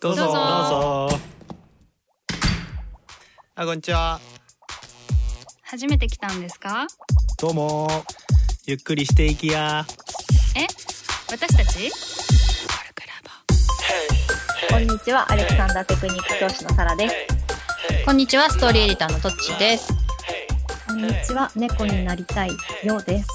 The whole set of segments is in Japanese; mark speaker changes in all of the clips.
Speaker 1: どうぞ
Speaker 2: どうぞ
Speaker 1: あこんにちは
Speaker 2: 初めて来たんですか
Speaker 1: どうもゆっくりしていきや
Speaker 2: え私たち
Speaker 3: こんにちは、アレクサンダーテクニック教師のサラです。
Speaker 4: こんにちは、ストーリーエディターのトッチーです。
Speaker 3: こんにちは、猫になりたいようです。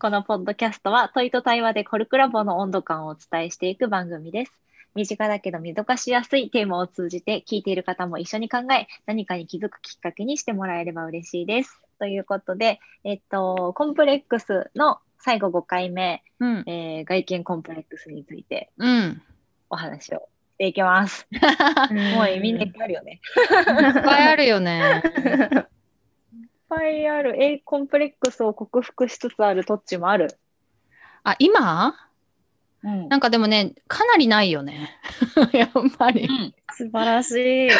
Speaker 3: このポッドキャストは問いと対話でコルクラボの温度感をお伝えしていく番組です。身近だけど見かしやすいテーマを通じて聞いている方も一緒に考え何かに気づくきっかけにしてもらえれば嬉しいです。ということで、えっと、コンプレックスの最後5回目、
Speaker 4: うん。
Speaker 3: えー外見コンプレックスについて
Speaker 4: うん。
Speaker 3: お話をしていきます。もうみんないっぱいあるよね。
Speaker 4: いっぱいあるよね。
Speaker 3: いっぱいある。A コンプレックスを克服しつつあるトッチもある。
Speaker 4: あ、今
Speaker 3: うん
Speaker 4: なんかでもね、かなりないよね。 やっぱり。
Speaker 3: 素晴らしい。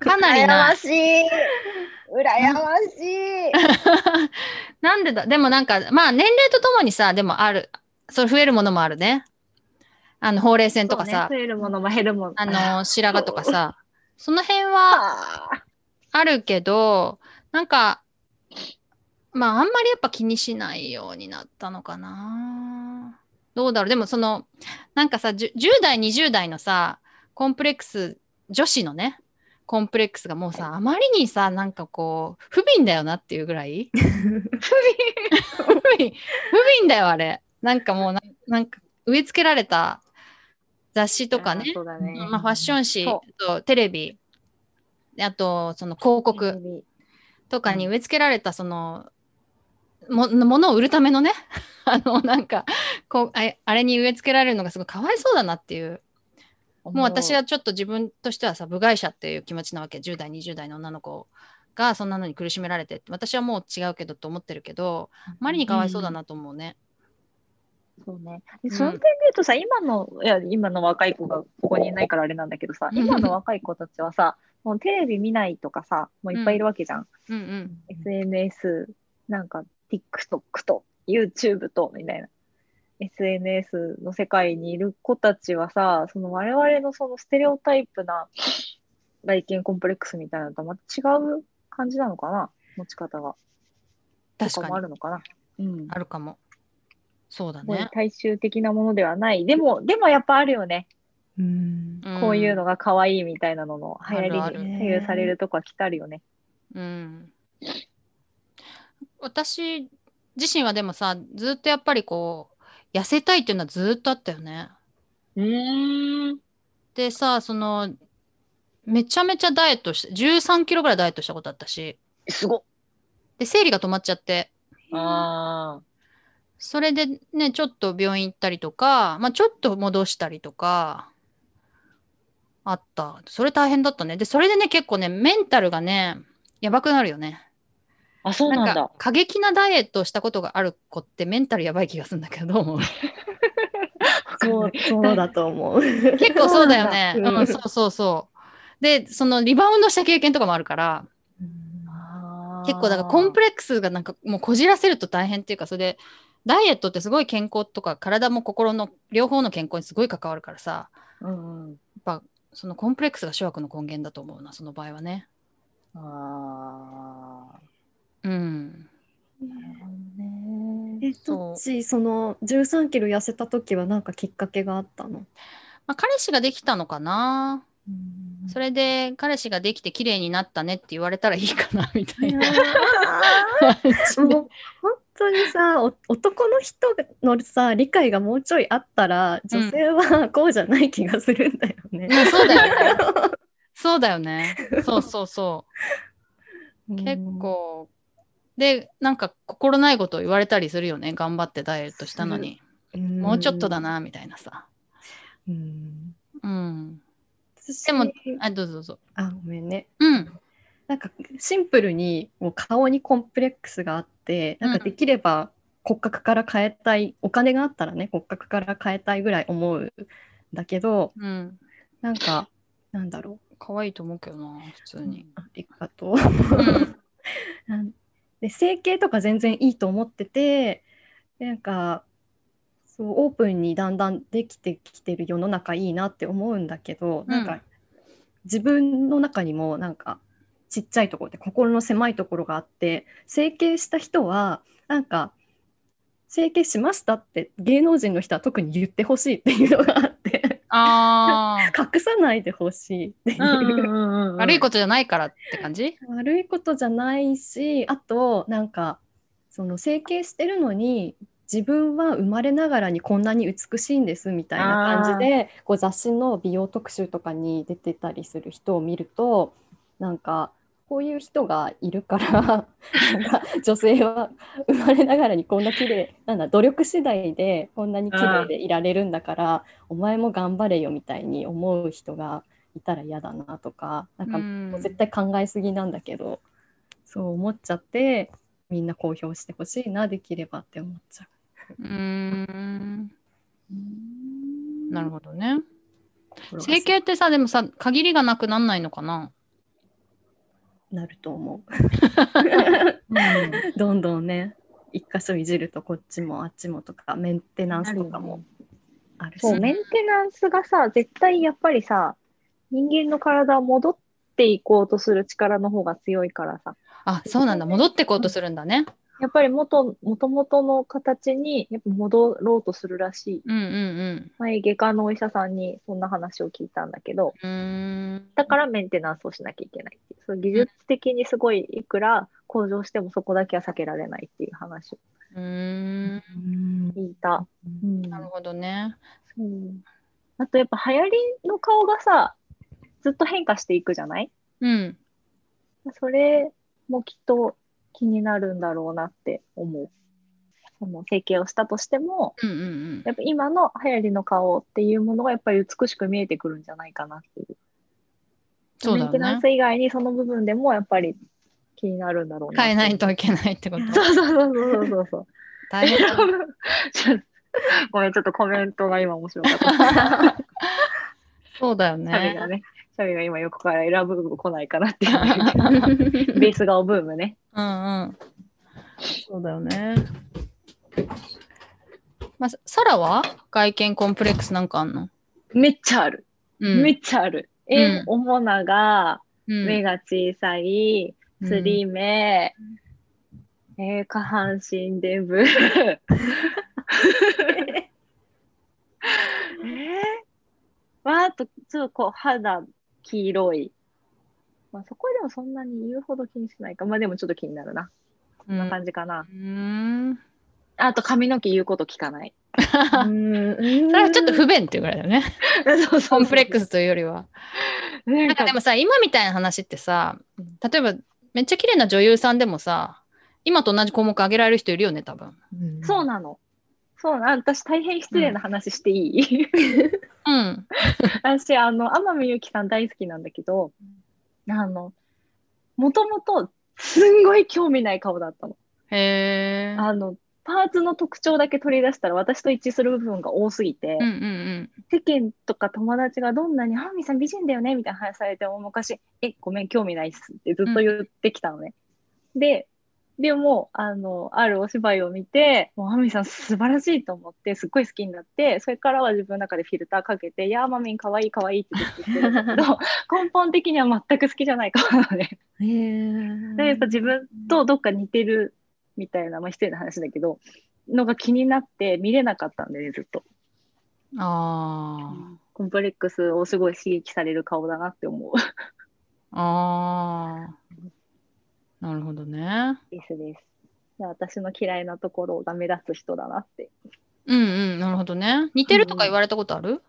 Speaker 4: かなりない。
Speaker 3: しい。羨ましい。
Speaker 4: なんでだ、でもなんか、まあ年齢とともにさ、でもある、それ増えるものもあるね。あの、ほうれい線とかさ、
Speaker 3: そうね増えるものも減るもの。
Speaker 4: あの、白髪とかさ、その辺は
Speaker 3: あ
Speaker 4: あるけど、なんか、まああんまりやっぱ気にしないようになったのかな。どうだろう。でもその、なんかさ、じゅ 10, 代、20代のさ、コンプレックス、女子のね、コンプレックスがもうさ、あまりにさ、なんかこう、不憫だよなっていうぐら い。不憫不憫だよ、あれ。なんかもうな、なんか植え付けられた雑誌
Speaker 3: ー
Speaker 4: とかね、
Speaker 3: そうだね。
Speaker 4: まあ、ファッション誌、
Speaker 3: そ
Speaker 4: あとテレビ、であとその広告。とかに植え付けられたそのもものを売るためのね あのなんかこうあれあれに植え付けられるのがすごいかわいそうだなっていうもう私はちょっと自分としてはさ部外者っていう気持ちなわけ10代20代の女の子がそんなのに苦しめられて私はもう違うけどと思ってるけどあまりにかわいそうだなと思うね。
Speaker 3: そうね。
Speaker 4: うん
Speaker 3: でその点で言うとさ、今の、いや、今の若い子がここにいないからあれなんだけどさ、今の若い子たちはさ、もうテレビ見ないとかさ、もういっぱいいるわけじゃん。
Speaker 4: うんうん、
Speaker 3: SNS、なんか TikTok と YouTube とみたいな。SNS の世界にいる子たちはさ、その我々のそのステレオタイプな外見コンプレックスみたいなのとはまた違う感じなのかな持ち方が。
Speaker 4: 確
Speaker 3: と
Speaker 4: か
Speaker 3: もあ
Speaker 4: に
Speaker 3: るのかな。うん。
Speaker 4: あるかも。そうだ
Speaker 3: こういう
Speaker 4: ね。
Speaker 3: 大衆的なものではない。でも、でもやっぱあるよね。
Speaker 1: うん
Speaker 4: ん
Speaker 3: こういうのが可愛いみたいなのの流
Speaker 4: あ
Speaker 3: 行り
Speaker 4: るあ
Speaker 3: に
Speaker 1: る
Speaker 3: 左右されるとこは来たるよね。
Speaker 4: うん、私自身はでもさずっとやっぱりこう痩せたいっていうのはずっとあったよね。
Speaker 3: うん。
Speaker 4: でさそのめちゃめちゃダイエットして1 3キロぐらいダイエットしたことあったし
Speaker 3: すごっ。
Speaker 4: で生理が止まっちゃって
Speaker 3: あ
Speaker 4: それでねちょっと病院行ったりとか、まあ、ちょっと戻したりとかあったそれ大変だったねでそれでね結構ねメンタルがねやばくなるよね。
Speaker 3: あ。あ、そう
Speaker 4: なんか。過激なダイエットをしたことがある子ってメンタルやばい気がするんだけどどう 思う
Speaker 5: そう、そうだと思う。
Speaker 4: 結構そうだよね。
Speaker 5: そうなんだ
Speaker 4: うん、そうそうそう。でそのリバウンドした経験とかもあるから結構だからコンプ
Speaker 3: レ
Speaker 4: レックスがなんかもうこじらせると大変っていうかそれでダイエットってすごい健康とか体も心の両方の健康にすごい関わるからさ
Speaker 3: うんうん、
Speaker 4: そのコンプレックスが諸悪の根源だと思うなその場合はね。
Speaker 3: あ
Speaker 4: うん、
Speaker 3: ーなるほどね
Speaker 5: え、
Speaker 4: そう
Speaker 5: どっち、その13キロ痩せた時はなんかきっかけがあったの
Speaker 4: まあ、彼氏ができたのかなそ
Speaker 5: れ
Speaker 4: れで彼氏ができて綺麗になったねって言われたらいいかなみたい
Speaker 5: い
Speaker 4: な
Speaker 5: や
Speaker 4: 感じ
Speaker 5: ーもう本当にさお男の人のさ理解がもうちょいあったら女性はこうじゃない気がするんだよね。
Speaker 4: ねそうだよね。 そうだよね。そうそうそう。結構。で、なんか心ないことを言われたりするよね。頑張ってダイエットしたのに。
Speaker 5: うん、
Speaker 4: もうちょっとだな、みたいなさ。
Speaker 5: うん。
Speaker 4: うん。
Speaker 5: 私
Speaker 4: でもあ、どうぞどうぞ。
Speaker 5: あごめんね
Speaker 4: うん。
Speaker 5: なんかシンプルにもう顔にコンプレックスがあってなんかできれば骨格から変えたい、お金があったらね骨格から変えたいぐらい思うんだけど
Speaker 4: うん。
Speaker 5: なんかなんだろ
Speaker 4: 可愛いと思うけどな、普通に。
Speaker 5: うありがとう。
Speaker 4: うん。
Speaker 5: なんで整形とか全然いいと思っててでなんかそうオープンにだんだんできてきてる世の中いいなって思うんだけど、なん
Speaker 4: う
Speaker 5: か自分の中にもなんかちっちゃいところで心の狭いところがあって整形した人はなんか整形しましたって芸能人の人は特に言ってほしいっていうのがあって
Speaker 4: あ あ。
Speaker 5: 隠さないでほしいっていう、
Speaker 4: 悪いことじゃないからって感じ
Speaker 5: 悪いことじゃないしあとなんかその整形してるのに自分は生まれながらにこんなに美しいんですみたいな感じでこう雑誌の美容特集とかに出てたりする人を見るとなんかこういう人がいるからなんか女性は生まれながらにこんな綺麗なんだ努力次第でこんなに綺麗でいられるんだからお前も頑張れよみたいに思う人がいたら嫌だなとかなんか
Speaker 4: うん
Speaker 5: もう絶対考えすぎなんだけどそう思っちゃってみんな公表してほしいなできればって思っちゃ
Speaker 4: うーん。なるほどね。
Speaker 5: う
Speaker 4: 整形ってさ、でもさ、限りがなくなんないのかな
Speaker 5: なると思う
Speaker 4: うん。
Speaker 5: どんどんね一箇所いじるとこっちもあっちもとかメンテナンスとかもあるし
Speaker 3: そう、メンテナンスがさ、絶対やっぱりさ、人間の体は戻っていこうとする力の方が強いからさ、
Speaker 4: あ、そうなんだ。戻ってこうとするんだね。
Speaker 3: やっぱり元、元々の形にやっぱ戻ろうとするらしい。
Speaker 4: うんうん
Speaker 3: 前、外科のお医者さんにそんな話を聞いたんだけど、
Speaker 4: うん。うーん。
Speaker 3: だからメンテナンスをしなきゃいけないっていう。そう技術的にすごいいくら向上してもそこだけは避けられないっていう話を
Speaker 4: うーん。
Speaker 3: 聞いた。うん
Speaker 4: なるほどね。
Speaker 3: うんあとやっぱ流行りの顔がさ、ずっと変化していくじゃない
Speaker 4: うん。
Speaker 3: それもきっと気になるんだろうなって思う。その整形をしたとしても、
Speaker 4: うんうん
Speaker 3: やっぱ今の流行りの顔っていうものがやっぱり美しく見えてくるんじゃないかなっていう。
Speaker 4: そうだよ
Speaker 3: メン
Speaker 4: ね
Speaker 3: テナンス以外にその部分でもやっぱり気になるんだろう
Speaker 4: うん。
Speaker 3: な。
Speaker 4: 変えない。といけない ってこと。
Speaker 3: そうそうそうそうそうそう。
Speaker 4: 大変だ。
Speaker 3: ちょっとごめん、ちょっとコメントが今面白か った。
Speaker 4: そうだよ
Speaker 3: シャミが
Speaker 4: ね。
Speaker 3: ね、シャミが今横から選ぶ部来ないかなっていう。ベース顔ブームね。
Speaker 4: うんうん。そうだよね。まあ、サラは外見コンプレックスなんかあんの
Speaker 3: めっちゃある。
Speaker 4: うん。
Speaker 3: めっちゃある。え、
Speaker 4: うん
Speaker 3: おもなが、
Speaker 4: うん
Speaker 3: 目が小さい、
Speaker 4: うん
Speaker 3: すり目、えー下半身デブ。えーわーっと、ちょっとこう、肌黄色い。まあ、そこでもそんなに言うほど気にしないか。まあ、でもちょっと気になるな。こんな感じかな。
Speaker 4: うん。
Speaker 3: あと、髪の毛言うこと聞かない。
Speaker 4: そ
Speaker 5: そ
Speaker 4: れはちょっと不便っていうぐらいだよね。コンプレック
Speaker 3: ス。
Speaker 4: スというよりは。
Speaker 3: な
Speaker 4: なんかでもさ、今みたいな話ってさ、例えばめっちゃ綺麗な女優さんでもさ、今と同じ項目上げられる人いるよね、多分。
Speaker 3: そうなの。そうなの。私、大変失礼な話していい、
Speaker 4: うん。
Speaker 3: 私、あの、天海祐希さん大好きなんだけど、あの、もともと、すんごい興味ない顔だったの。
Speaker 4: へえ。
Speaker 3: あの、パーツの特徴だけ取り出したら、私と一致する部分が多すぎて、
Speaker 4: うんうん
Speaker 3: 世間とか友達がどんなに、天海さん美人だよねみたいな話されても、昔、え、ごめん、興味ないっすってずっと言ってきたのね。で、でも、あの、あるお芝居を見て、もう、天海さん素晴らしいと思って、すっごい好きになって、それからは自分の中でフィルターかけて、いやー、マミン可愛い可愛いってずっと言ってるんだけど、根本的には全く好きじゃない顔なのね。
Speaker 5: へ
Speaker 3: でやっぱ自分とどっか似てるみたいな、まあ、失礼な話だけど、のが気になって見れなかったんでね、ずっと。
Speaker 4: うん。あ
Speaker 3: コンプレックスをすごい刺激される顔だなって思う。
Speaker 4: あ。ああ。なるほどね。
Speaker 3: ですです。じゃあ私の嫌いなところが目立つ人だなって。
Speaker 4: うんうん。なるほどね。似てるとか言われたことある、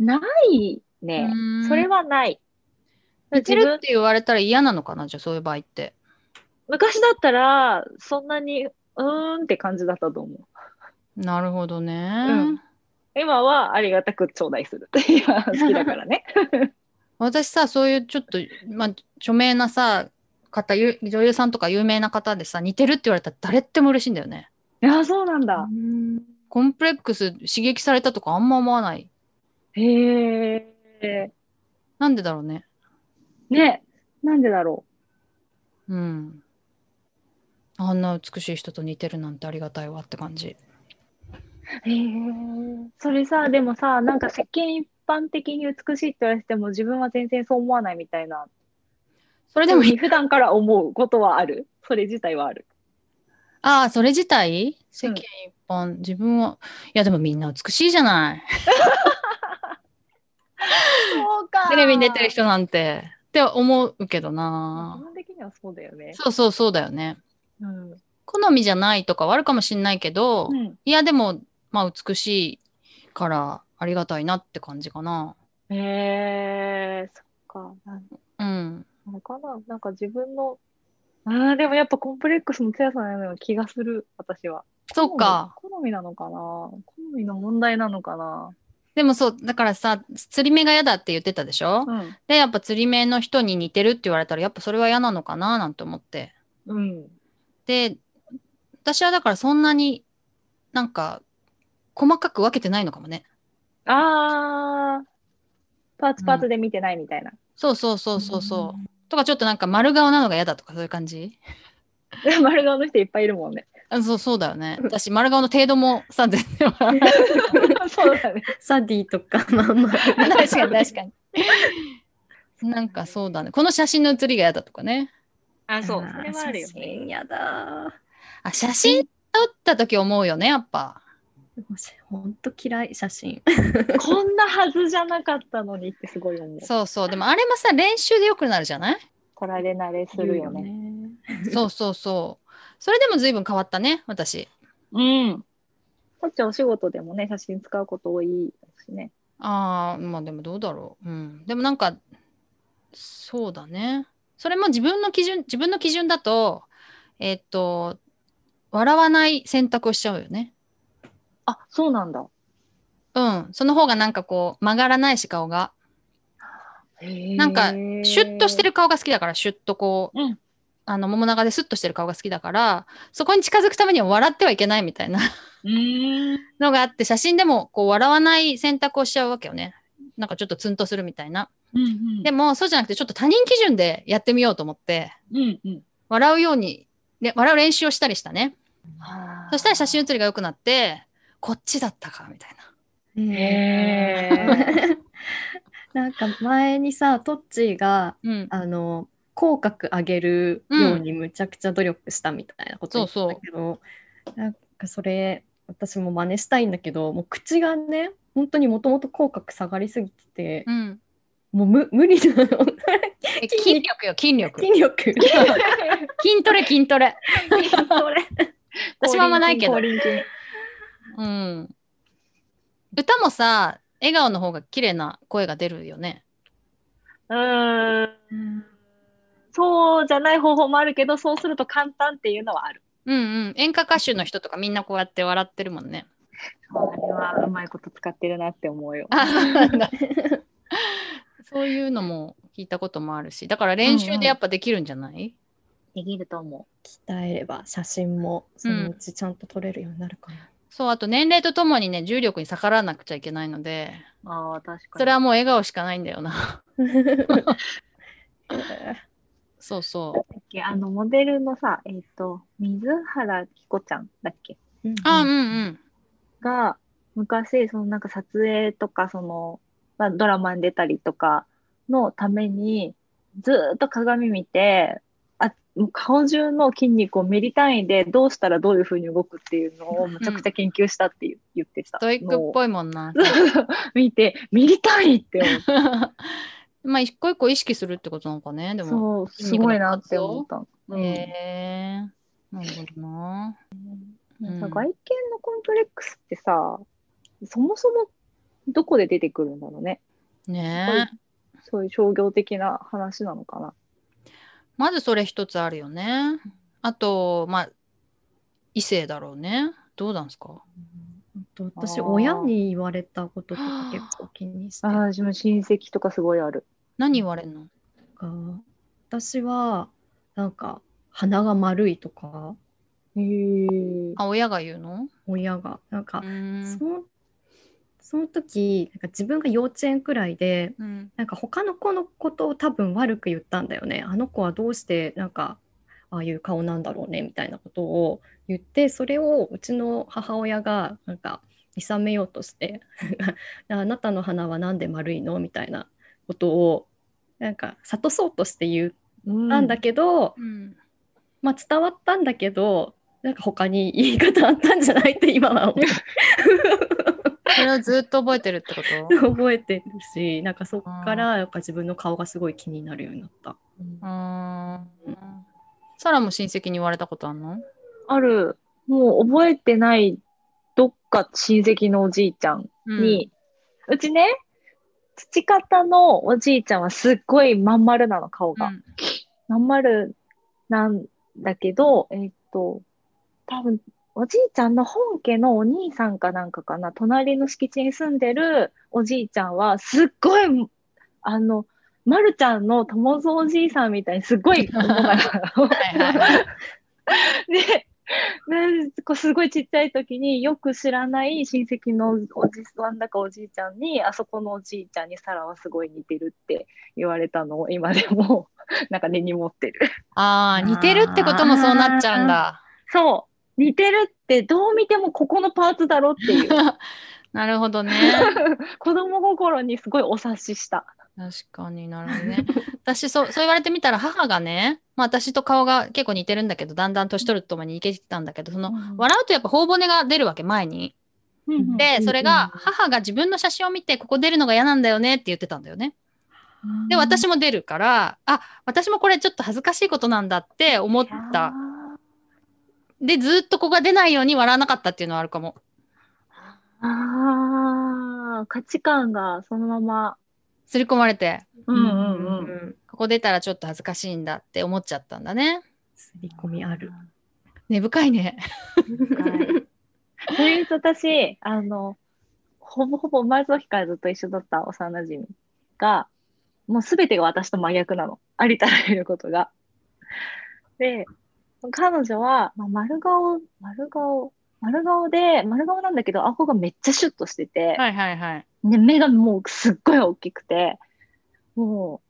Speaker 3: ないね。
Speaker 4: うん
Speaker 3: それはない。
Speaker 4: 似てるって言われたら嫌なのかなじゃあそういう場合って。
Speaker 3: 昔だったら、そんなに、うーんって感じだったと思う。
Speaker 4: なるほどね。
Speaker 3: ん今はありがたく頂戴する。今好きだから ね。
Speaker 4: 私さ、そういうちょっと、まあ、著名なさ、方、ゆ女優さんとか有名な方でさ、似てるって言われたら誰っても嬉しいんだよね。
Speaker 3: いや、そうなんだ。
Speaker 4: コンプレックス刺激されたとかあんま思わない。
Speaker 3: へえ。
Speaker 4: なんでだろうね。
Speaker 3: ね。なんでだろ
Speaker 4: うん。あんな美しい人と似てるなんてありがたいわって感じ。
Speaker 3: う。へえそれさ、でもさ、なんか世間一般的に美しいって言われても、自分は全然そう思わないみたいな。
Speaker 4: それで
Speaker 3: で
Speaker 4: も
Speaker 3: も、、普段から思うことはある。それ自体はある。
Speaker 4: ああ、それ自体世
Speaker 3: うん
Speaker 4: 間一般、自分は、いや、でもみんな美しいじゃない。
Speaker 3: そうか
Speaker 4: テレビに出てる人なんて、って思うけどな
Speaker 3: 基。本的にはそうだよね。
Speaker 4: そうそうそうだよね。
Speaker 3: うん。う
Speaker 4: 好みじゃないとかはあるかもしんないけど、
Speaker 3: ん。
Speaker 4: いや、でも、まあ、美しいからありがたいなって感じかな。
Speaker 3: へえそっか。なん
Speaker 4: うん。
Speaker 3: なのかななんか自分の、ああ、でもやっぱコンプレックスの強さなような気がする、私は。
Speaker 4: そっか。
Speaker 3: 好み。好みなのかな好みの問題なのかな
Speaker 4: でもそう、だからさ、釣り目が嫌だって言ってたでしょ、
Speaker 3: うん。
Speaker 4: で、やっぱ釣り目の人に似てるって言われたら、やっぱそれは嫌なのかななんて思って。
Speaker 3: うん。
Speaker 4: で、私はだからそんなになんか、細かく分けてないのかもね。
Speaker 3: ああ、パーツパーツで見てないみたいな。
Speaker 4: そうそうそうそうそう。とかちょっとなんか丸顔なのが嫌だとかそういう感じ
Speaker 3: 丸顔の人いっぱいいるもんね。
Speaker 4: あそうそうだよね。私丸顔の程度もさ、全然わから ない。
Speaker 3: そうだね。
Speaker 5: サディとか、まあまあ。
Speaker 4: 確かに確かに。なんかそうだね。この写真の写りが嫌だとかね。
Speaker 3: あ、そう。
Speaker 5: ー
Speaker 3: それはあるよ
Speaker 5: 写
Speaker 3: ね。
Speaker 5: 真やだ
Speaker 4: あ、写真撮った時思うよね、やっぱ。
Speaker 5: ー。もしほんと嫌い、写真。
Speaker 3: こんなはずじゃなかったのにってすごい思う。
Speaker 4: そうそう。でもあれもさ、練習で良くなるじゃない
Speaker 3: 取られ慣れするよね。
Speaker 4: そうそうそう。それでも随分変わったね、私。
Speaker 3: うん。こっちお仕事でもね、写真使うこと多いしね。
Speaker 4: ああ、まあでもどうだろう。うん。でもなんか、そうだね。それも自分の基準、自分の基準だと、えっと、笑わない選択をしちゃうよね。
Speaker 3: あ、そうなんだ。
Speaker 4: うん。その方がなんかこう、曲がらないし顔が。
Speaker 3: なん
Speaker 4: かシュッとして
Speaker 3: る。
Speaker 4: る顔が好きだから、シュッとこう、
Speaker 3: うん
Speaker 4: あの、桃長でスッとしてる顔が好きだから、そこに近づくためには笑ってはいけないみたいな
Speaker 3: うーん。
Speaker 4: のがあって、写真でもこう、笑わない選択をしちゃうわけよね。なんかちょっとツンとするみたいな。で
Speaker 3: も、
Speaker 4: も、そうじゃなくて、ちょっと他人基準でやってみようと思って、
Speaker 3: うんうん。
Speaker 4: 笑うように、ね、笑う練習をしたりしたね。そしたら写 真
Speaker 3: 写
Speaker 4: 写りが良くなって、こっちだったか、みたいな。
Speaker 5: うん
Speaker 3: へー
Speaker 5: なんか前にさ、トッチーが、
Speaker 4: うん。
Speaker 5: あの、口角上げるようにむちゃくちゃ努力したみたいなこと言ってたけど、なんかそれ、私も真似したいんだけど、もう口がね、本当にもともと口角下がりすぎてて、
Speaker 4: うん。
Speaker 5: もう無無理なの。
Speaker 4: え筋力よ、筋力。
Speaker 5: 筋力。
Speaker 4: 筋トレ、筋トレ。私もあんまないけど
Speaker 3: 降臨筋
Speaker 4: うん。歌もさ、笑顔の方が綺麗な声が出るよね。
Speaker 3: うーん。そうじゃない方法もあるけど、そうすると簡単っていうのはある。
Speaker 4: うんうん。演歌歌手の人とかみんなこうやって笑ってるもんね。
Speaker 3: これはうまいこと使ってるなって思うよ。
Speaker 4: あそうなんだ。 そういうのも聞いたこともあるし、だから練習でやっぱできるんじゃない、
Speaker 3: できると思
Speaker 5: 鍛えれば写真もそのうちちゃんと撮れるようになるか な。
Speaker 4: そう、あと年齢とともにね、重力に逆らわなくちゃいけないので、
Speaker 3: う。ああ、確かに。
Speaker 4: それはもう笑顔しかないんだよな。
Speaker 5: え
Speaker 4: そうそう。
Speaker 3: だっけあの、モデルのさ、えっ、と、水原希子ちゃんだっけ
Speaker 5: ー
Speaker 4: あ、うんうん。
Speaker 3: が昔そのなんか撮影とかその、まあ、ドラマに出たりとかのためにずーっと鏡見てあもう顔中の筋肉をミリ単位でどうしたらどういうふうに動くっていうのをむちゃくちゃ研究したって言,、言ってた
Speaker 4: ストイックっ
Speaker 3: い
Speaker 4: ぽいもんな。
Speaker 3: 見てミリ単位って思っ
Speaker 4: まあ、一個一個意識するってことなのかね、で
Speaker 3: た
Speaker 4: も。
Speaker 3: そうす
Speaker 4: 筋肉
Speaker 3: ご
Speaker 4: の
Speaker 3: いなって思ったの、うん
Speaker 4: へえなるほどな。
Speaker 3: なん
Speaker 4: うん
Speaker 3: か外見のコンプレックスってさそもそもどこで出てくるんだろうね
Speaker 4: ねえ。
Speaker 3: そういう商業的な話なのかな
Speaker 4: まずそれ一つあるよね。あと、まあ、異性だろうね。どうなんすか
Speaker 5: うんと私
Speaker 3: あー
Speaker 5: 親に言われたこととか結構気にして
Speaker 3: ああ、自分親戚とかすごいある。
Speaker 4: 何言われるの
Speaker 5: か私はなんか鼻が丸いとか
Speaker 3: へえ。
Speaker 4: あ、親が言うの
Speaker 5: 親がなん
Speaker 4: う
Speaker 5: か、
Speaker 4: ーん
Speaker 5: そのその時なんか自分が幼稚園くらいで
Speaker 4: うん。
Speaker 5: なんか他の子のことを多分悪く言ったんだよねあの子はどうしてなんかああいう顔なんだろうねみたいなことを言ってそれをうちの母親がなんかいさめようとして 「あなたの花は何で丸いの?」みたいなことをなんか諭そうとして言ったんだけど、
Speaker 4: うん。
Speaker 5: まあ伝わったんだけどなんか他に言い方あったんじゃないって今は思う
Speaker 4: それをずっと覚えてるって こと
Speaker 5: 覚えてるしなんかそこからなんか自分の顔がすごい気になるようになった。
Speaker 4: うーん。サラも親戚に言われたことあんの
Speaker 3: ある、もう覚えてない、どっか親戚のおじいちゃん
Speaker 4: うん
Speaker 3: に、うちね、父方のおじいちゃんはすっごいまん丸なの、顔が。
Speaker 4: うん
Speaker 3: まん丸なんだけど、えーっと、多分、おじいちゃんの本家のお兄さんかなんかかな、隣の敷地に住んでるおじいちゃんは、すっごい、あの、まるちゃんの友蔵おじいさんみたいにすっごい、
Speaker 4: はいはいはい
Speaker 3: で、なんこうすごいちっちゃい時によく知らない親戚のおじさんだかおじいちゃんに、あそこのおじいちゃんにサラはすごい似てるって言われたのを今でもなんか根に持ってる。
Speaker 4: ああ、似てるってこともそうなっちゃうん だ。
Speaker 3: そう、似てるってどう見てもここのパーツだろっていう
Speaker 4: なるほどね。
Speaker 3: 子供心にすごいお察しした。
Speaker 4: 確かになるほどね。私そう、そう言われてみたら母がね、まあ私と顔が結構似てるんだけど、だんだん年取るとともにいけてたんだけど、その、笑うとやっぱ頬骨が出るわけ、前に。
Speaker 5: ん
Speaker 4: で、それが
Speaker 3: うん
Speaker 4: 母が自分の写真を見て、ここ出るのが嫌なんだよねって言ってたんだよね。で、私も出るから、あ、私もこれちょっと恥ずかしいことなんだって思った。で、ずっとここが出ないように笑わなかったっていうのはあるかも。
Speaker 3: ああ、価値観がそのまま。
Speaker 4: 刷り込まれて、
Speaker 3: うん
Speaker 5: うんうん
Speaker 3: ん。
Speaker 4: ここ出たらちょっと恥ずかしいんだって思っちゃったんだね。
Speaker 5: 刷り込みある。
Speaker 4: 根深いね。
Speaker 3: はい。それと私、あの、ほぼほぼ生まれた時からずっと一緒だった幼馴染が、もうすべてが私と真逆なの。ありとあらゆることが。で、彼女は、まあ、丸顔、丸顔、丸顔で、丸顔なんだけど、顎がめっちゃシュッとしてて、
Speaker 4: はいはいはい。
Speaker 3: で、目がもうすっごい大きくて、も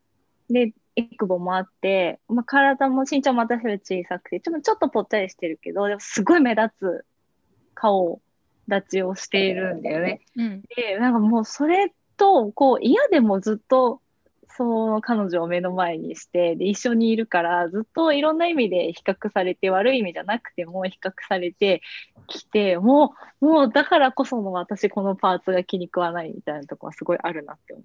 Speaker 3: う、で、エクボもあって、まあ、体も身長も私より小さくて、ちょっとちょっとぽっちゃりしてるけど、でもすごい目立つ顔立ちをしているんだよね。
Speaker 4: うん。
Speaker 3: で、なんかもうそれと、こう、嫌でもずっと、そう、彼女を目の前にして、で、一緒にいるから、ずっといろんな意味で比較されて、悪い意味じゃなくても比較されてきて、もう、もうだからこその私、このパーツが気に食わないみたいなとこはすごいあるなって思う。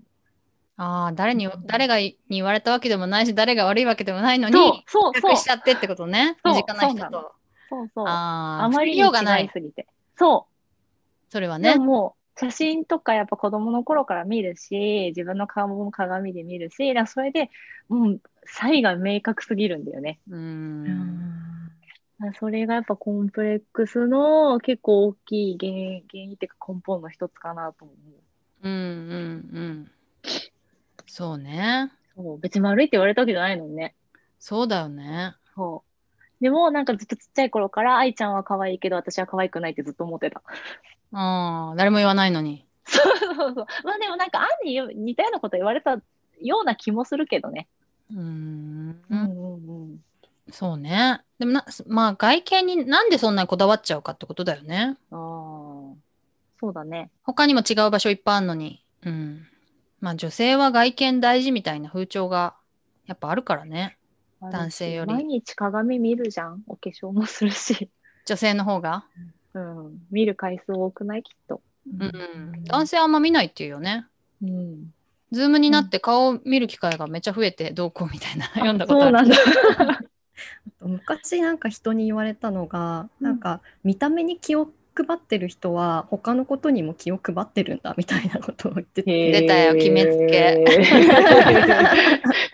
Speaker 4: ああ、誰に、誰がに言われたわけでもないし、誰が悪いわけでもないのに、
Speaker 3: そう、そう、
Speaker 4: 比
Speaker 3: そう
Speaker 4: 較、しちゃってってことね。
Speaker 3: そう
Speaker 4: 身近な人
Speaker 3: そうなの
Speaker 4: と。
Speaker 3: そうそう。あ
Speaker 4: ああ、
Speaker 3: ま
Speaker 4: ま
Speaker 3: り
Speaker 4: り
Speaker 3: に
Speaker 4: ようがな
Speaker 3: 違い
Speaker 4: い。
Speaker 3: すぎて。そう。
Speaker 4: それは
Speaker 3: で
Speaker 4: ね。
Speaker 3: ももう写真とかやっぱ子供の頃から見るし、自分の顔も鏡で見るし、だからそれで、もう、差異が明確すぎるんだよね。
Speaker 4: うー。
Speaker 5: うんん
Speaker 3: まあそれがやっぱコンプレックスの結構大きい原因、原因っていうか根本の一つかなと思う。
Speaker 4: うんうんうん。そうね。
Speaker 3: そう、別に悪いって言われたわけじゃないのにね。
Speaker 4: そうだよね。
Speaker 3: そう。でもなんかずっとちっちゃい頃から愛ちゃんは可愛いけど私は可愛くないってずっと思ってた。
Speaker 4: ああ、誰も言わないのに。
Speaker 3: そうそうそう。まあでもなんかアンに似たようなこと言われたような気もするけどね。
Speaker 4: うーん。
Speaker 3: うんうん。
Speaker 4: そうね。でもな、まあ外見になんでそんなにこだわっちゃうかってことだよね。
Speaker 3: ああ。そうだね。
Speaker 4: 他にも違う場所いっぱいあるのに。うん。まあ女性は外見大事みたいな風潮がやっぱあるからね。男性より
Speaker 3: 毎日鏡見るじゃん。お化粧もするし。
Speaker 4: 女性の方が。
Speaker 3: うん。見る回数多くないきっと。
Speaker 4: うん。男性あんま見ないっていうよね。
Speaker 3: うん。
Speaker 4: ズームになって顔を見る機会がめっちゃ増えてどうこうみたいな読んだこと
Speaker 3: そ
Speaker 4: あ
Speaker 3: う
Speaker 4: る。
Speaker 3: なんだ。
Speaker 5: 昔なんか人に言われたのが、
Speaker 3: うん
Speaker 5: なんか見た目に気を配ってる人は他のことにも気を配ってるんだみたいなことを言ってて、
Speaker 4: 出たよ決めつ け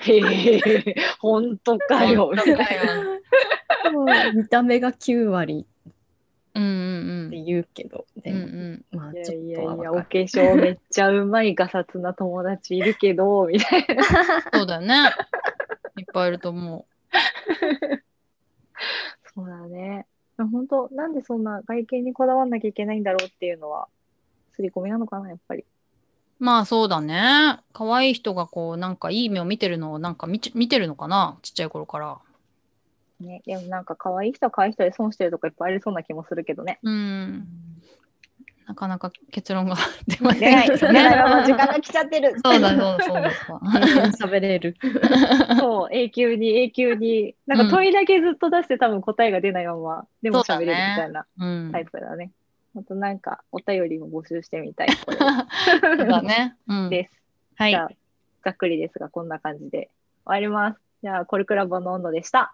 Speaker 3: け。へえ、本当かよ。
Speaker 4: 本当かよ
Speaker 5: もう見た目が9割
Speaker 4: うん
Speaker 5: っ
Speaker 4: うん
Speaker 5: て言うけど、
Speaker 4: う
Speaker 5: で
Speaker 4: ん。うんう
Speaker 5: も
Speaker 4: ん。
Speaker 5: まあ
Speaker 3: いや
Speaker 5: ちょ
Speaker 3: い
Speaker 5: っ
Speaker 3: や
Speaker 5: とはい
Speaker 3: や、お化
Speaker 5: 分かる
Speaker 3: 粧めっちゃうまい、がさつな友達いるけど、 みたいな。
Speaker 4: そうだよね。いっぱいいると思
Speaker 3: そうだね。本当、なんでそんな外見にこだわんなきゃいけないんだろうっていうのは、刷り込みなのかな、やっぱり。
Speaker 4: う。まあそうだね。可愛い人がこうなんかいい目を見てるのをなんか見ち見てるのかなちっちゃい頃から。
Speaker 3: ね、でもなんか可愛い人は可愛い人で損してるとかいっぱいありそうな気もするけどね。
Speaker 4: うん。なかなか結論が 出ません
Speaker 3: ない。
Speaker 4: けど
Speaker 3: ね
Speaker 4: ね。
Speaker 3: の時間が来ちゃってる。
Speaker 4: そうだ、そうだ、そうだそうだ。
Speaker 5: 喋れる。
Speaker 3: そう、 永久に永久に。なんか問いだけずっと出して多分答えが出ないまま、でも喋れるみたいな
Speaker 4: うん。
Speaker 3: タイプだね。あとなんかお便りも募集してみたい。こ れ
Speaker 4: そうだね。うん。
Speaker 3: です。
Speaker 4: はい
Speaker 3: じ。ゃあ、ざっくりですが、こんな感じで終わります。じゃあ、コルクラボの温度でした。